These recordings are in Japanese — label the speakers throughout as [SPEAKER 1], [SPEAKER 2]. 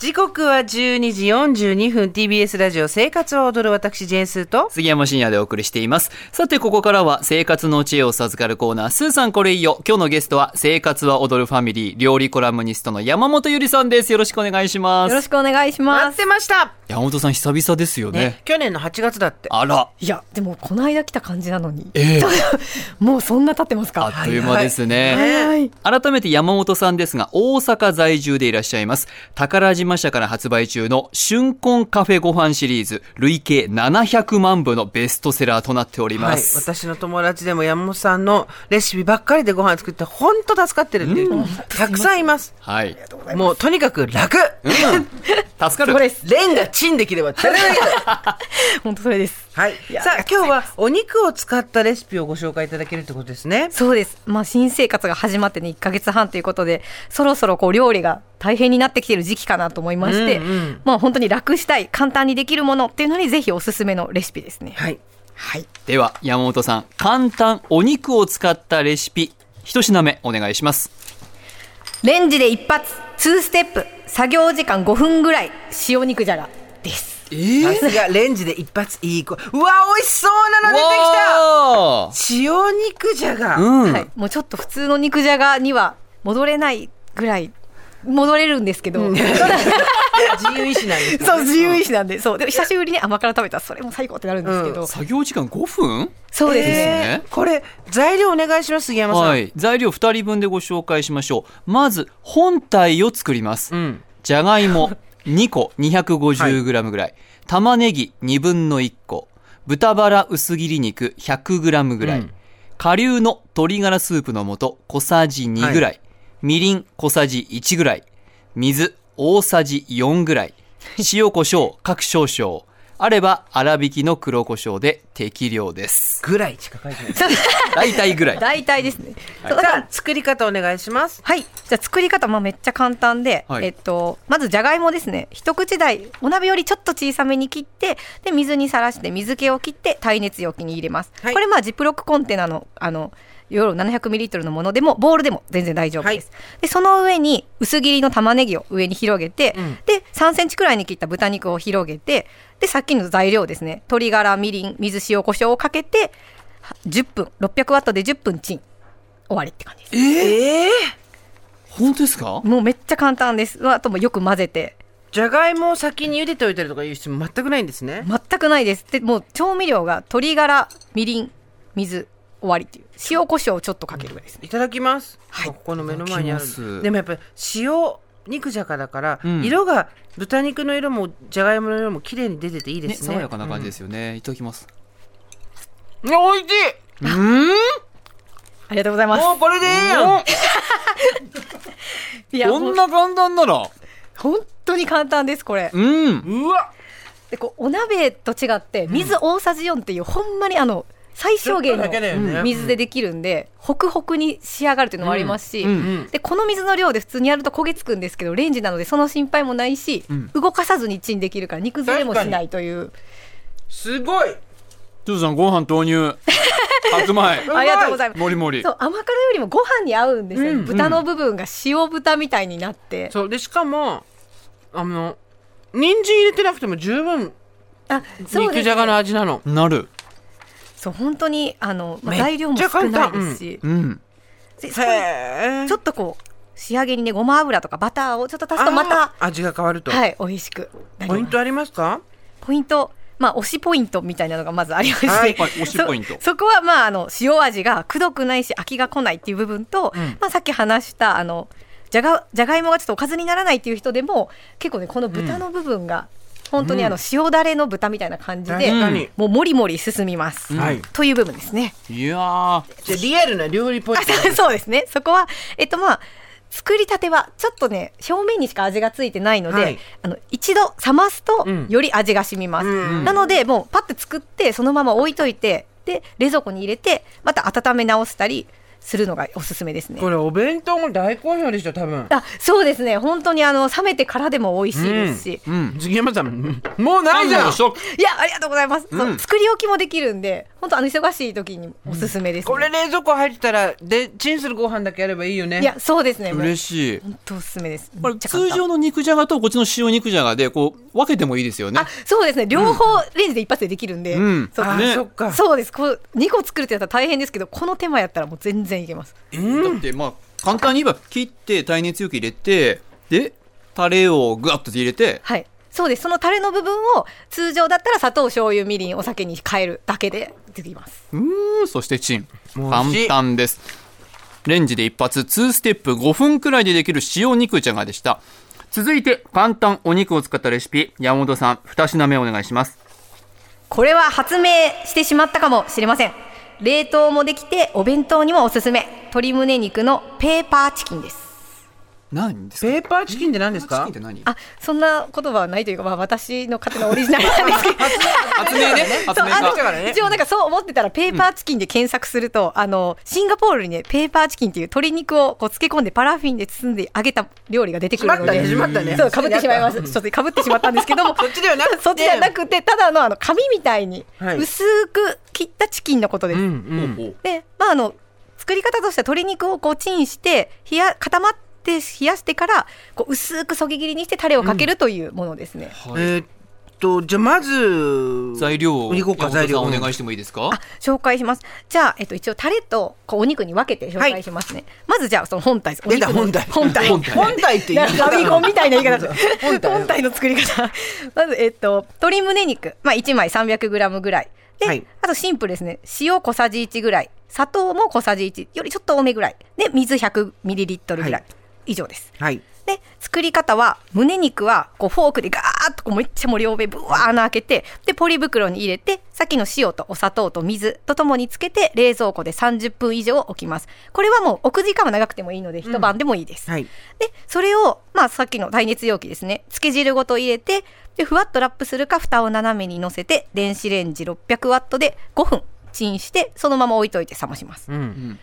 [SPEAKER 1] 時刻は12時42分 TBS ラジオ生活を踊る私ジェーンスーと
[SPEAKER 2] 杉山深也でお送りしています。さて、ここからは生活の知恵を授かるコーナー、スーさんこれいいよ。今日のゲストは、生活は踊るファミリー、料理コラムニストの山本ゆりさんです。よろしくお願いします。
[SPEAKER 3] よろしくお願いしま
[SPEAKER 1] 待っ
[SPEAKER 3] す。
[SPEAKER 1] てました、
[SPEAKER 2] 山本さん、久々ですよね。
[SPEAKER 1] ね、去年の8月だって
[SPEAKER 2] あら、
[SPEAKER 3] いや、でも、この間来た感じなのに、
[SPEAKER 2] ええ
[SPEAKER 3] もうそんな経ってますか。
[SPEAKER 2] あっという間ですね。
[SPEAKER 1] はいはい
[SPEAKER 3] はい
[SPEAKER 2] 改めて山本さんですが、大阪在住でいらっしゃいます。宝島社から発売中の春婚カフェご飯シリーズ、累計700万部のベストセラーとなっており
[SPEAKER 1] は
[SPEAKER 2] ま
[SPEAKER 1] い、
[SPEAKER 2] す。
[SPEAKER 1] 私の友達でも山本さんのレシピばっかりでご飯作って本当助かってるっていう人もたくさんいます
[SPEAKER 2] はい。
[SPEAKER 1] もうとにかく楽
[SPEAKER 2] 助か
[SPEAKER 3] そうで
[SPEAKER 2] る。
[SPEAKER 3] す。
[SPEAKER 1] レンガチンできれば手だらけだ
[SPEAKER 3] 本当それです。
[SPEAKER 1] はい
[SPEAKER 3] いや
[SPEAKER 1] さ
[SPEAKER 3] あ
[SPEAKER 1] あ
[SPEAKER 3] りがとう
[SPEAKER 1] 今日はお肉を使ったレシピをご紹介いただけるってことですね
[SPEAKER 3] そうです。まあ、新生活が始まってね、1ヶ月半ということで、そろそろこう、料理が大変になってきている時期かなと思いまして、
[SPEAKER 1] うんうん
[SPEAKER 3] まあ、本当に楽したい、簡単にできるものっていうのに、ぜひおすすめのレシピですね。
[SPEAKER 1] はい
[SPEAKER 3] はい。
[SPEAKER 2] では、山本さん、簡単お肉を使ったレシピ、一品目お願いします。
[SPEAKER 3] レンジで一発、2ステップ、作業時間5分ぐらい、塩肉じゃがです。
[SPEAKER 2] え
[SPEAKER 1] さすがレンジで一発いい子うわ美味しそうなの出
[SPEAKER 2] わー
[SPEAKER 1] てきた塩肉じゃが、
[SPEAKER 2] うん、
[SPEAKER 3] はい、もうちょっと普通の肉じゃがには戻れないぐらい戻れるんですけど、
[SPEAKER 1] 自由意志なんですね
[SPEAKER 3] そう自由意志なんでそうでも久しぶりに甘辛食べたらそれも最高ってなるんですけど、
[SPEAKER 2] 作業時間5分
[SPEAKER 3] そうですね、
[SPEAKER 2] ね
[SPEAKER 1] えーこれ材料お願いします杉山さん、
[SPEAKER 2] はい、材料2人分でご紹介しましょうまず本体を作ります、
[SPEAKER 1] ん
[SPEAKER 2] じゃが いも2個 250g ぐらい、玉ねぎ1 2分の1個豚バラ薄切り肉 100g ぐらい、
[SPEAKER 1] うん
[SPEAKER 2] 顆粒の鶏ガラスープの素小さじ2ぐらい、みりん小さじ1ぐらい水大さじ4ぐら い塩コショウ各少々あれば粗挽きの黒胡椒で適量です
[SPEAKER 1] ぐらいしか書いてない
[SPEAKER 2] 大体ぐら い
[SPEAKER 3] 大体ですね、そうだか
[SPEAKER 1] さ
[SPEAKER 3] ら
[SPEAKER 1] あ作り方お願いします
[SPEAKER 3] はいじゃあ作り方、まあ、めっちゃ簡単で、
[SPEAKER 2] はい
[SPEAKER 3] えっと、まずじゃがいもですね一口大お鍋よりちょっと小さめに切ってで水にさらして水気を切って耐熱容器に入れます、
[SPEAKER 1] はい
[SPEAKER 3] これまあジップロックコンテナのあの容量 700ml のものでもボールでも全然大丈夫です、でその上に薄切りの玉ねぎを上に広げて、
[SPEAKER 1] うん
[SPEAKER 3] で3センチくらいに切った豚肉を広げてでさっきの材料ですね鶏ガラみりん水塩コショウをかけては10分600ワットで10分チン終わりって感じです
[SPEAKER 1] ええ
[SPEAKER 2] 本当ですか
[SPEAKER 3] もうめっちゃ簡単ですあともうよく混ぜて
[SPEAKER 1] じゃがいもを先に茹でておいたりとかいう必要全くないんですね
[SPEAKER 3] 全くないですでもう調味料が鶏ガラみりん水終わりっていう塩コショウをちょっとかけるぐらいですね
[SPEAKER 1] いただきます、
[SPEAKER 3] はい
[SPEAKER 1] ここの目の前にあ
[SPEAKER 2] いただきま
[SPEAKER 1] る
[SPEAKER 2] す
[SPEAKER 1] でもやっぱり塩肉じゃがだから、
[SPEAKER 2] うん
[SPEAKER 1] 色が豚肉の色もじゃがいもの色も綺麗に出てていいで
[SPEAKER 2] ね
[SPEAKER 1] すね
[SPEAKER 2] 爽やかな感じですよね、いただきます
[SPEAKER 1] うんおいしい
[SPEAKER 2] うん
[SPEAKER 3] ありがとうございます
[SPEAKER 1] もうこれでいいやん
[SPEAKER 3] いやもうん
[SPEAKER 2] な簡単なら
[SPEAKER 3] 本当に簡単ですこれ
[SPEAKER 2] うん
[SPEAKER 1] うわ
[SPEAKER 3] でこうお鍋と違って水大さじ4っていう、ほんまにあの最小限
[SPEAKER 1] ちょっとだけだよね
[SPEAKER 3] の水でできるんで、ホクホクに仕上がるっていうのもありますし、
[SPEAKER 2] うん
[SPEAKER 1] うん
[SPEAKER 3] でこの水の量で普通にやると焦げつくんですけどレンジなのでその心配もないし、
[SPEAKER 2] ん
[SPEAKER 3] 動かさずにチンできるから肉ずれもしないという
[SPEAKER 1] すごい
[SPEAKER 2] トゥーさんご飯投 入白米
[SPEAKER 1] かに
[SPEAKER 3] ありがとうございます
[SPEAKER 2] もりもり
[SPEAKER 3] そう甘辛よりもご飯に合うんですよ、ね
[SPEAKER 1] うん
[SPEAKER 3] 豚の部分が塩豚みたいになって、
[SPEAKER 1] そうでしかもあの人参入れてなくても十分
[SPEAKER 3] あそうですね
[SPEAKER 1] 肉じゃがの味なの
[SPEAKER 2] なる
[SPEAKER 3] そう本当にあの、ま
[SPEAKER 1] め
[SPEAKER 3] あ
[SPEAKER 1] っちゃ
[SPEAKER 3] 材料も少ないですし、
[SPEAKER 2] うん
[SPEAKER 3] でそこに
[SPEAKER 1] へえ
[SPEAKER 3] ちょっとこう仕上げにねごま油とかバターをちょっと足すとまた
[SPEAKER 1] 味が変わると、
[SPEAKER 3] はい美味しくなり
[SPEAKER 1] ポ
[SPEAKER 3] ます
[SPEAKER 1] イントありますか
[SPEAKER 3] ポイントまあ推しポイントみたいなのがまずありまして、
[SPEAKER 1] はい
[SPEAKER 2] はい推しポイント
[SPEAKER 3] そそこはまああの塩味がくどくないし飽きが来ないっていう部分と、
[SPEAKER 1] ん
[SPEAKER 3] まあ、さっき話したあのじゃがじゃがいもがちょっとおかずにならないっていう人でも結構ねこの豚の部分が、本当にあの塩だれの豚みたいな感じで、
[SPEAKER 1] 確かに
[SPEAKER 3] もうもりもり進みます、
[SPEAKER 1] はい
[SPEAKER 3] という部分ですね。
[SPEAKER 2] いやー
[SPEAKER 1] じゃあリアルな料理ポイン
[SPEAKER 3] あ
[SPEAKER 1] ト
[SPEAKER 3] そうそうですねそこはえっとまあ作りたてはちょっとね表面にしか味がついてないので、
[SPEAKER 1] はい
[SPEAKER 3] あの一度冷ますと
[SPEAKER 1] うん
[SPEAKER 3] より味が染みます、
[SPEAKER 1] うん
[SPEAKER 3] なのでもうパッて作ってそのまま置いといてで冷蔵庫に入れてまた温め直したりするのがおすすめですね
[SPEAKER 1] これお弁当も大好評でしょ多分
[SPEAKER 3] あそうですね本当にあの冷めてからでも美味しいですし、
[SPEAKER 2] うん。
[SPEAKER 1] 杉山さんもうないじゃん
[SPEAKER 2] ショック
[SPEAKER 3] いやありがとうございます、そう
[SPEAKER 2] うん
[SPEAKER 3] 作り置きもできるんで本当あの忙しい時におすすめですね、
[SPEAKER 1] これ冷蔵庫入ってたらでチンするご飯だけやればいいよね
[SPEAKER 3] いやそうですねもう
[SPEAKER 2] 嬉しい。
[SPEAKER 3] 本当おすすめです
[SPEAKER 2] こ
[SPEAKER 3] め
[SPEAKER 2] れ
[SPEAKER 3] っちゃ簡単
[SPEAKER 2] 通常の肉じゃがとこっちの塩肉じゃがでこう分けてもいいですよね
[SPEAKER 3] あ。そうですね両方レンジで一発でできるんで、
[SPEAKER 2] うん
[SPEAKER 3] そう
[SPEAKER 1] あ
[SPEAKER 2] ね
[SPEAKER 1] そっか
[SPEAKER 3] そうですこう2個作るってやったら大変ですけどこの手間やったらもう全然いけます
[SPEAKER 2] だってまあ簡単に言えば切って耐熱容器入れてでタレをぐわっと入れて
[SPEAKER 3] はいそうですそのタレの部分を通常だったら砂糖醤油みりんお酒に変えるだけでできます
[SPEAKER 2] うーんそしてチン
[SPEAKER 1] もう美
[SPEAKER 2] 簡
[SPEAKER 1] 味しい
[SPEAKER 2] 単ですレンジで一発2ステップ5分くらいでできる塩肉じゃがでした続いて簡単お肉を使ったレシピ山本さん2品目お願いします
[SPEAKER 3] これは発明してしまったかもしれません冷凍もできてお弁当にもおすすめ鶏胸肉のペーパーチキンです
[SPEAKER 2] 何です
[SPEAKER 1] ペーパーチキンって何ですか
[SPEAKER 2] チキンって何
[SPEAKER 3] あそんな言葉はないというか、まあ、私の勝手なオリジナルなんですけど
[SPEAKER 2] 発明ね発
[SPEAKER 3] そう
[SPEAKER 2] 明
[SPEAKER 3] あ
[SPEAKER 2] 家
[SPEAKER 1] だから
[SPEAKER 3] の
[SPEAKER 1] ね
[SPEAKER 3] 一応なんかそう思ってたらペーパーチキンで検索すると、あのシンガポールにねペーパーチキンっていう鶏肉をこう漬け込んでパラフィンで包んで揚げた料理が出てくるので
[SPEAKER 1] しまったねしまったね
[SPEAKER 3] そうかぶってしまいますちょっとかぶってしまったんですけど も
[SPEAKER 1] そっちではなくて
[SPEAKER 3] そっちではなくてただのあの紙みたいに
[SPEAKER 1] はい
[SPEAKER 3] 薄く切ったチキンのことです、
[SPEAKER 1] うんう
[SPEAKER 2] ほうんほう
[SPEAKER 3] でまああの作り方としては鶏肉をこうチンして冷や固まって冷やしてからこう薄くそぎ切りにしてタレをかけるというものですね、
[SPEAKER 2] はい
[SPEAKER 1] えーっとじゃあまず
[SPEAKER 2] 材料を
[SPEAKER 1] いこうか
[SPEAKER 2] 山本さん
[SPEAKER 1] 材料
[SPEAKER 2] お願いしてもいいですか
[SPEAKER 3] あ紹介しますじゃあ、えっと、一応タレとこうお肉に分けて紹介しますね、まずじゃあその本体ですお
[SPEAKER 1] 出
[SPEAKER 3] 肉
[SPEAKER 1] た
[SPEAKER 3] の
[SPEAKER 1] 本体
[SPEAKER 3] 本体
[SPEAKER 2] 本体
[SPEAKER 1] 本体って言
[SPEAKER 3] なん
[SPEAKER 1] い
[SPEAKER 3] か
[SPEAKER 1] 方
[SPEAKER 3] ファミコンみたいな言い方本
[SPEAKER 1] 本体
[SPEAKER 3] 体の作り方まずえっと鶏胸肉、まあ、1枚 300g ぐらいで、
[SPEAKER 1] はい
[SPEAKER 3] あとシンプルですね塩小さじ1ぐらい砂糖も小さじ1よりちょっと多めぐらいで水 100ml ぐらい、
[SPEAKER 1] はい
[SPEAKER 3] 以上です
[SPEAKER 1] はい
[SPEAKER 3] で作り方は胸肉はこうフォークでガーッとこうめっちゃもう両べぶわー穴開けてでポリ袋に入れてさっきの塩とお砂糖と水とともにつけて冷蔵庫で30分以上置きますこれはもう置く時間は長くてもいいので一晩でもいいです、
[SPEAKER 1] はい
[SPEAKER 3] でそれを、まあ、さっきの耐熱容器ですね漬け汁ごと入れてでふわっとラップするか蓋を斜めにのせて電子レンジ600ワットで5分チンしてそのまま置いといて冷まします
[SPEAKER 1] うん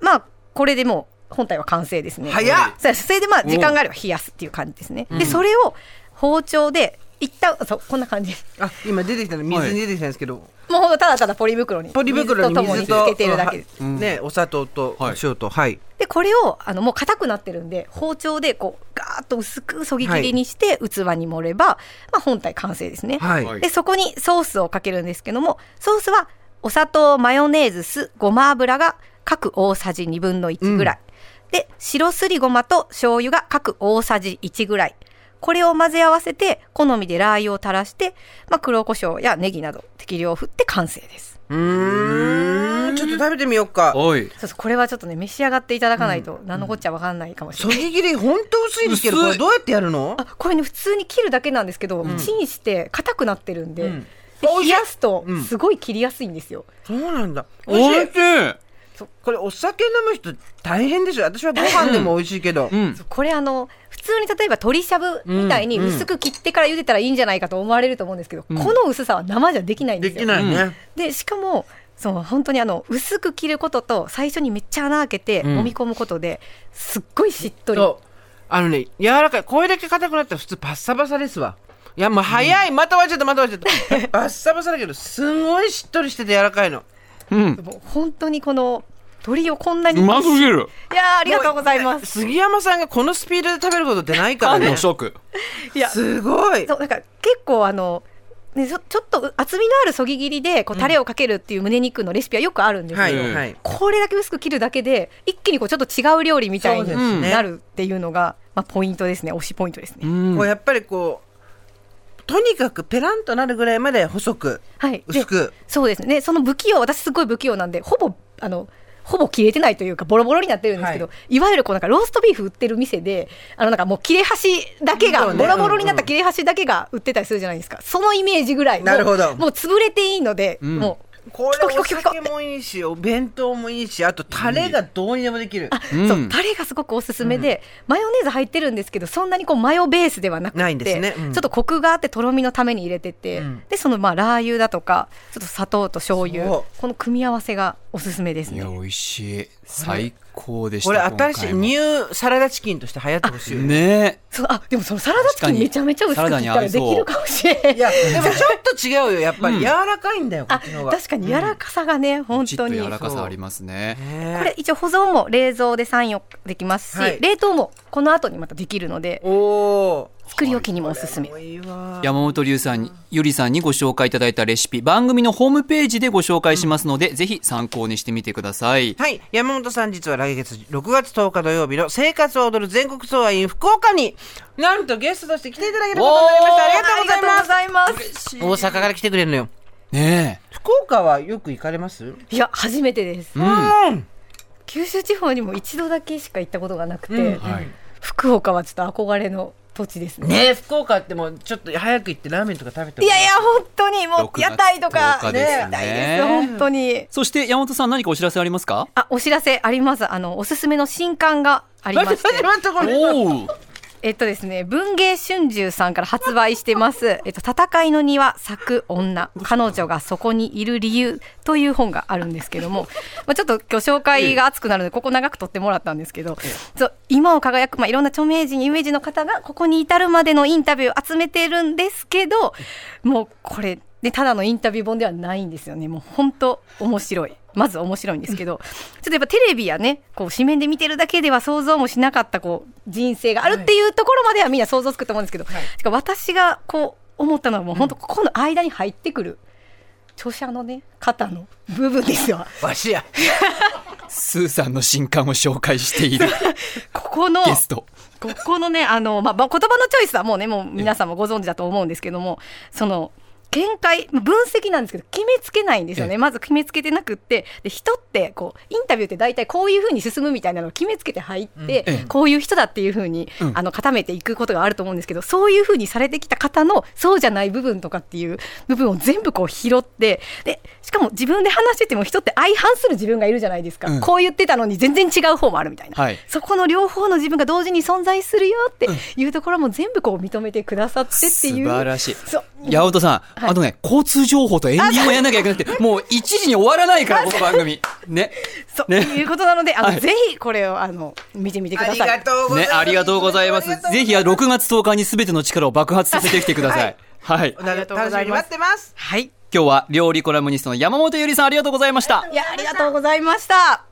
[SPEAKER 3] まあこれでもう本体は完成ですね
[SPEAKER 1] 早っ
[SPEAKER 3] そうそれでまあ時間があれば冷やすっていう感じですね、でそれを包丁で一旦そうこんな感じ です
[SPEAKER 1] あ今出てきたの水に出てきたんですけど
[SPEAKER 3] もうほんとただただポリ袋に
[SPEAKER 1] ポリ袋に
[SPEAKER 3] ととも
[SPEAKER 1] 水
[SPEAKER 3] につ
[SPEAKER 1] と
[SPEAKER 3] けてるだけです
[SPEAKER 1] うんはねお砂糖と
[SPEAKER 2] はい
[SPEAKER 1] 塩とはい
[SPEAKER 3] でこれをあのもう硬くなってるんで包丁でこうガーッと薄くそぎ切りにして器に盛れば、まあ、本体完成ですね、
[SPEAKER 1] はい
[SPEAKER 2] はい
[SPEAKER 3] でそこにソースをかけるんですけどもソースはお砂糖マヨネーズ酢ごま油が各大さじ1分の1ぐらい、で白すりごまと醤油が各大さじ1ぐらいこれを混ぜ合わせて好みでラー油を垂らして、まあ、黒胡椒やネギなど適量を振って完成です
[SPEAKER 1] うーんちょっと食べてみようか
[SPEAKER 2] はい
[SPEAKER 3] そうそうこれはちょっとね召し上がっていただかないと何のこっちゃわかんないかもしれ
[SPEAKER 1] そ
[SPEAKER 3] ない、
[SPEAKER 1] ぎ切り本当薄いんですけど
[SPEAKER 2] 薄い
[SPEAKER 1] これどうやってやるの
[SPEAKER 3] あこれね普通に切るだけなんですけど、チンして硬くなってるんで,、
[SPEAKER 1] ん
[SPEAKER 3] で冷やすと
[SPEAKER 1] うん
[SPEAKER 3] すごい切りやすいんですよ、
[SPEAKER 1] そうなんだ
[SPEAKER 2] おいしい
[SPEAKER 1] これお酒飲む人大変でしょ私はご飯でも美味しいけど
[SPEAKER 2] うん
[SPEAKER 3] これあの普通に例えば鶏しゃぶみたいに薄く切ってから茹でたらいいんじゃないかと思われると思うんですけど、この薄さは生じゃできないんで
[SPEAKER 1] です
[SPEAKER 3] よ
[SPEAKER 1] きないね
[SPEAKER 3] でしかもその本当にあの薄く切ることと最初にめっちゃ穴開けて
[SPEAKER 1] ん
[SPEAKER 3] 揉み込むことですっごいしっとり、
[SPEAKER 1] そうあのね柔らかいこれだけ硬くなったら普通パッサパサですわいやもう早い、また終わっちゃったまた終わっちゃったパッサパサだけどすごいしっとりしてて柔らかいの
[SPEAKER 2] うん
[SPEAKER 3] もう本当にこの鶏をこんなに
[SPEAKER 2] うますぎ
[SPEAKER 3] い
[SPEAKER 2] る
[SPEAKER 3] やーありがとうございます
[SPEAKER 1] 杉山さんがこのスピードで食べることってないか
[SPEAKER 2] パ
[SPEAKER 1] ら
[SPEAKER 2] ンの
[SPEAKER 1] ね
[SPEAKER 2] ショック
[SPEAKER 3] いや
[SPEAKER 1] すごい
[SPEAKER 3] そうなんか結構あの、ね、ちょちょっと厚みのあるそぎ切りでこうタレをかけるっていう胸肉のレシピはよくあるんです
[SPEAKER 1] は
[SPEAKER 3] け
[SPEAKER 1] い
[SPEAKER 3] ど、
[SPEAKER 2] うん
[SPEAKER 1] はい
[SPEAKER 3] これだけ薄く切るだけで一気にこうちょっと違う料理みたい
[SPEAKER 1] そう
[SPEAKER 3] に
[SPEAKER 1] ですね
[SPEAKER 3] なるっていうのが、まあ、ポイントですね推しポイントですね、
[SPEAKER 2] うん
[SPEAKER 1] こうやっぱりこうとにかくペランとなるぐらいまで細く
[SPEAKER 3] はいで
[SPEAKER 1] 薄く
[SPEAKER 3] そうですねでその不器用私すごい不器用なんでほぼあのほぼ切れてないというかボロボロになってるんですけど、、
[SPEAKER 1] はい
[SPEAKER 3] わゆるこうなんかローストビーフ売ってる店であのなんかもう切れ端だけ
[SPEAKER 1] そ
[SPEAKER 3] が、
[SPEAKER 1] うね
[SPEAKER 3] ボロボロになった切れ端だけが売ってたりするじゃないですかそのイメージぐらいもう
[SPEAKER 1] なるほど
[SPEAKER 3] もう潰れていいので、
[SPEAKER 2] ん
[SPEAKER 3] もう
[SPEAKER 1] こ
[SPEAKER 3] ピコピ
[SPEAKER 1] れお
[SPEAKER 3] コピコピコって
[SPEAKER 1] 酒もいいしお弁当もいいしあとタレがどうにでもできる
[SPEAKER 3] あ、
[SPEAKER 2] うん
[SPEAKER 3] そうタレがすごくおすすめで、マヨネーズ入ってるんですけどそんなにこうマヨベースではなくて
[SPEAKER 1] ないんですねうん
[SPEAKER 3] ちょっとコクがあってとろみのために入れてて、
[SPEAKER 1] うん
[SPEAKER 3] でそのまあラー油だとかちょっと砂糖と醤油
[SPEAKER 1] そ
[SPEAKER 3] この組み合わせがおすすめです
[SPEAKER 2] い
[SPEAKER 3] ね
[SPEAKER 2] や美味しい最高でした
[SPEAKER 1] これ新しいニ
[SPEAKER 2] ュ
[SPEAKER 1] ューサラダチキンとして流行ってほしいよね
[SPEAKER 2] ね
[SPEAKER 3] そうあでもそのサラダ
[SPEAKER 2] 確
[SPEAKER 3] チキ
[SPEAKER 2] か
[SPEAKER 3] ン
[SPEAKER 2] に
[SPEAKER 3] めちゃめちゃ薄く切ったらできるかもしれない
[SPEAKER 1] いやでもちょっと違うよやっぱり
[SPEAKER 2] うん
[SPEAKER 1] 柔らかいんだよこ
[SPEAKER 3] あ
[SPEAKER 1] っちの方が
[SPEAKER 3] 確かに柔らかさがね、
[SPEAKER 2] え
[SPEAKER 3] 本
[SPEAKER 2] ちょ
[SPEAKER 3] 当
[SPEAKER 2] っと
[SPEAKER 3] に
[SPEAKER 2] 柔らかさありますね
[SPEAKER 1] ね
[SPEAKER 3] これ一応保存も冷蔵で34できますし、
[SPEAKER 1] はい
[SPEAKER 3] 冷凍もこの後にまたできるので
[SPEAKER 1] おお
[SPEAKER 3] 作り置きにもおすすめ、
[SPEAKER 1] いいわ
[SPEAKER 2] 山本龍さんにゆりさんにご紹介いただいたレシピ番組のホームページでご紹介しますので、ぜひ参考にしてみてください
[SPEAKER 1] はい山本さん実は来月6月10日土曜日の「生活を踊る全国ツアー in 福岡」になんとゲストとして来ていただけることになりましたありがとうございます
[SPEAKER 3] ざいます
[SPEAKER 1] 大阪から来てくれるのよ
[SPEAKER 2] ね
[SPEAKER 1] 福岡はよく行かれます
[SPEAKER 3] いや初めてです、
[SPEAKER 2] えうん
[SPEAKER 1] うん
[SPEAKER 3] 九州地方にも一度だけしか行ったことがなくて、
[SPEAKER 1] うん
[SPEAKER 2] はい
[SPEAKER 3] 福岡はちょっと憧れの土地ですね
[SPEAKER 1] ねえ福岡ってもうちょっと早く行ってラーメンとか食べて
[SPEAKER 3] いやいや本当にも
[SPEAKER 2] 6
[SPEAKER 3] う
[SPEAKER 2] 月
[SPEAKER 3] 屋台とか
[SPEAKER 2] 10日
[SPEAKER 3] ね
[SPEAKER 2] ですね
[SPEAKER 3] 行きたいです本当に
[SPEAKER 2] そして山本さん何かお知らせありますか
[SPEAKER 3] あお知らせありますあのおすすめの新刊がありま
[SPEAKER 1] 待っ
[SPEAKER 3] して
[SPEAKER 1] 待って
[SPEAKER 3] て
[SPEAKER 1] 待ってこれ
[SPEAKER 2] おお
[SPEAKER 3] えっとですね、文芸春秋さんから発売してます。えっと、戦いの庭咲く女、彼女がそこにいる理由という本があるんですけども。まあ、ちょっと今日紹介が熱くなるので、ここ長く取ってもらったんですけど。そう、今を輝く、まあ、いろんな著名人、有名人の方が、ここに至るまでのインタビューを集めてるんですけど。もう、これ、で、ただのインタビュー本ではないんですよね。もう、本当面白い。まず面白いんですけど、ちょっとやっぱテレビやね、こう紙面で見てるだけでは想像もしなかったこう人生があるっていうところまではみんな想像つくと思うんですけど、てか私がこう思ったのはもう本当ここの間に入ってくる著者のね方の部分ですよ。
[SPEAKER 1] わしや
[SPEAKER 2] スーさんの新刊を紹介して いる
[SPEAKER 3] ここの
[SPEAKER 2] ゲスト
[SPEAKER 3] ここのね、 あの、まあ、ま言葉のチョイスはもうね、もう皆さんもご存知だと思うんですけども、その、見解、まあ分析なんですけど、決めつけないんですよ
[SPEAKER 2] え
[SPEAKER 3] ね。まず決めつけてなくって、で、人って、こう、インタビューって大体こういうふうに進むみたいなのを決めつけて入って、
[SPEAKER 2] ええ
[SPEAKER 3] こういう人だっていうふうに、
[SPEAKER 2] うん
[SPEAKER 3] あの、固めていくことがあると思うんですけど、そういうふうにされてきた方の、そうじゃない部分とかっていう部分を全部こう拾って、で、しかも自分で話してても人って相反する自分がいるじゃないですか。
[SPEAKER 2] うん
[SPEAKER 3] こう言ってたのに全然違う方もあるみたいな。
[SPEAKER 2] はい
[SPEAKER 3] そこの両方の自分が同時に存在するよっていうところも全部こう認めてくださってっていう。
[SPEAKER 2] 素晴らしい
[SPEAKER 3] そう。
[SPEAKER 2] 八本さん、
[SPEAKER 3] はい
[SPEAKER 2] あとね交通情報とエンディングをやんなきゃいけなく てもう1時に終わらないからこの番組 ね
[SPEAKER 3] そう、
[SPEAKER 2] ね
[SPEAKER 3] いうことなので、あの、
[SPEAKER 2] はい
[SPEAKER 3] ぜひこれを、あの、見てみてく
[SPEAKER 1] あ
[SPEAKER 3] だ
[SPEAKER 1] り
[SPEAKER 3] さ
[SPEAKER 1] が
[SPEAKER 3] い。
[SPEAKER 1] とうござい
[SPEAKER 2] ね
[SPEAKER 1] ます
[SPEAKER 2] ありがとうございますぜひあの6月10日に全ての力を爆発させてきてくださいはい、
[SPEAKER 1] お楽しみに待ってます
[SPEAKER 3] はい。
[SPEAKER 2] 今日は料理コラムニストの山本ゆりさんありがとうございました
[SPEAKER 3] いや、ありがとうございました。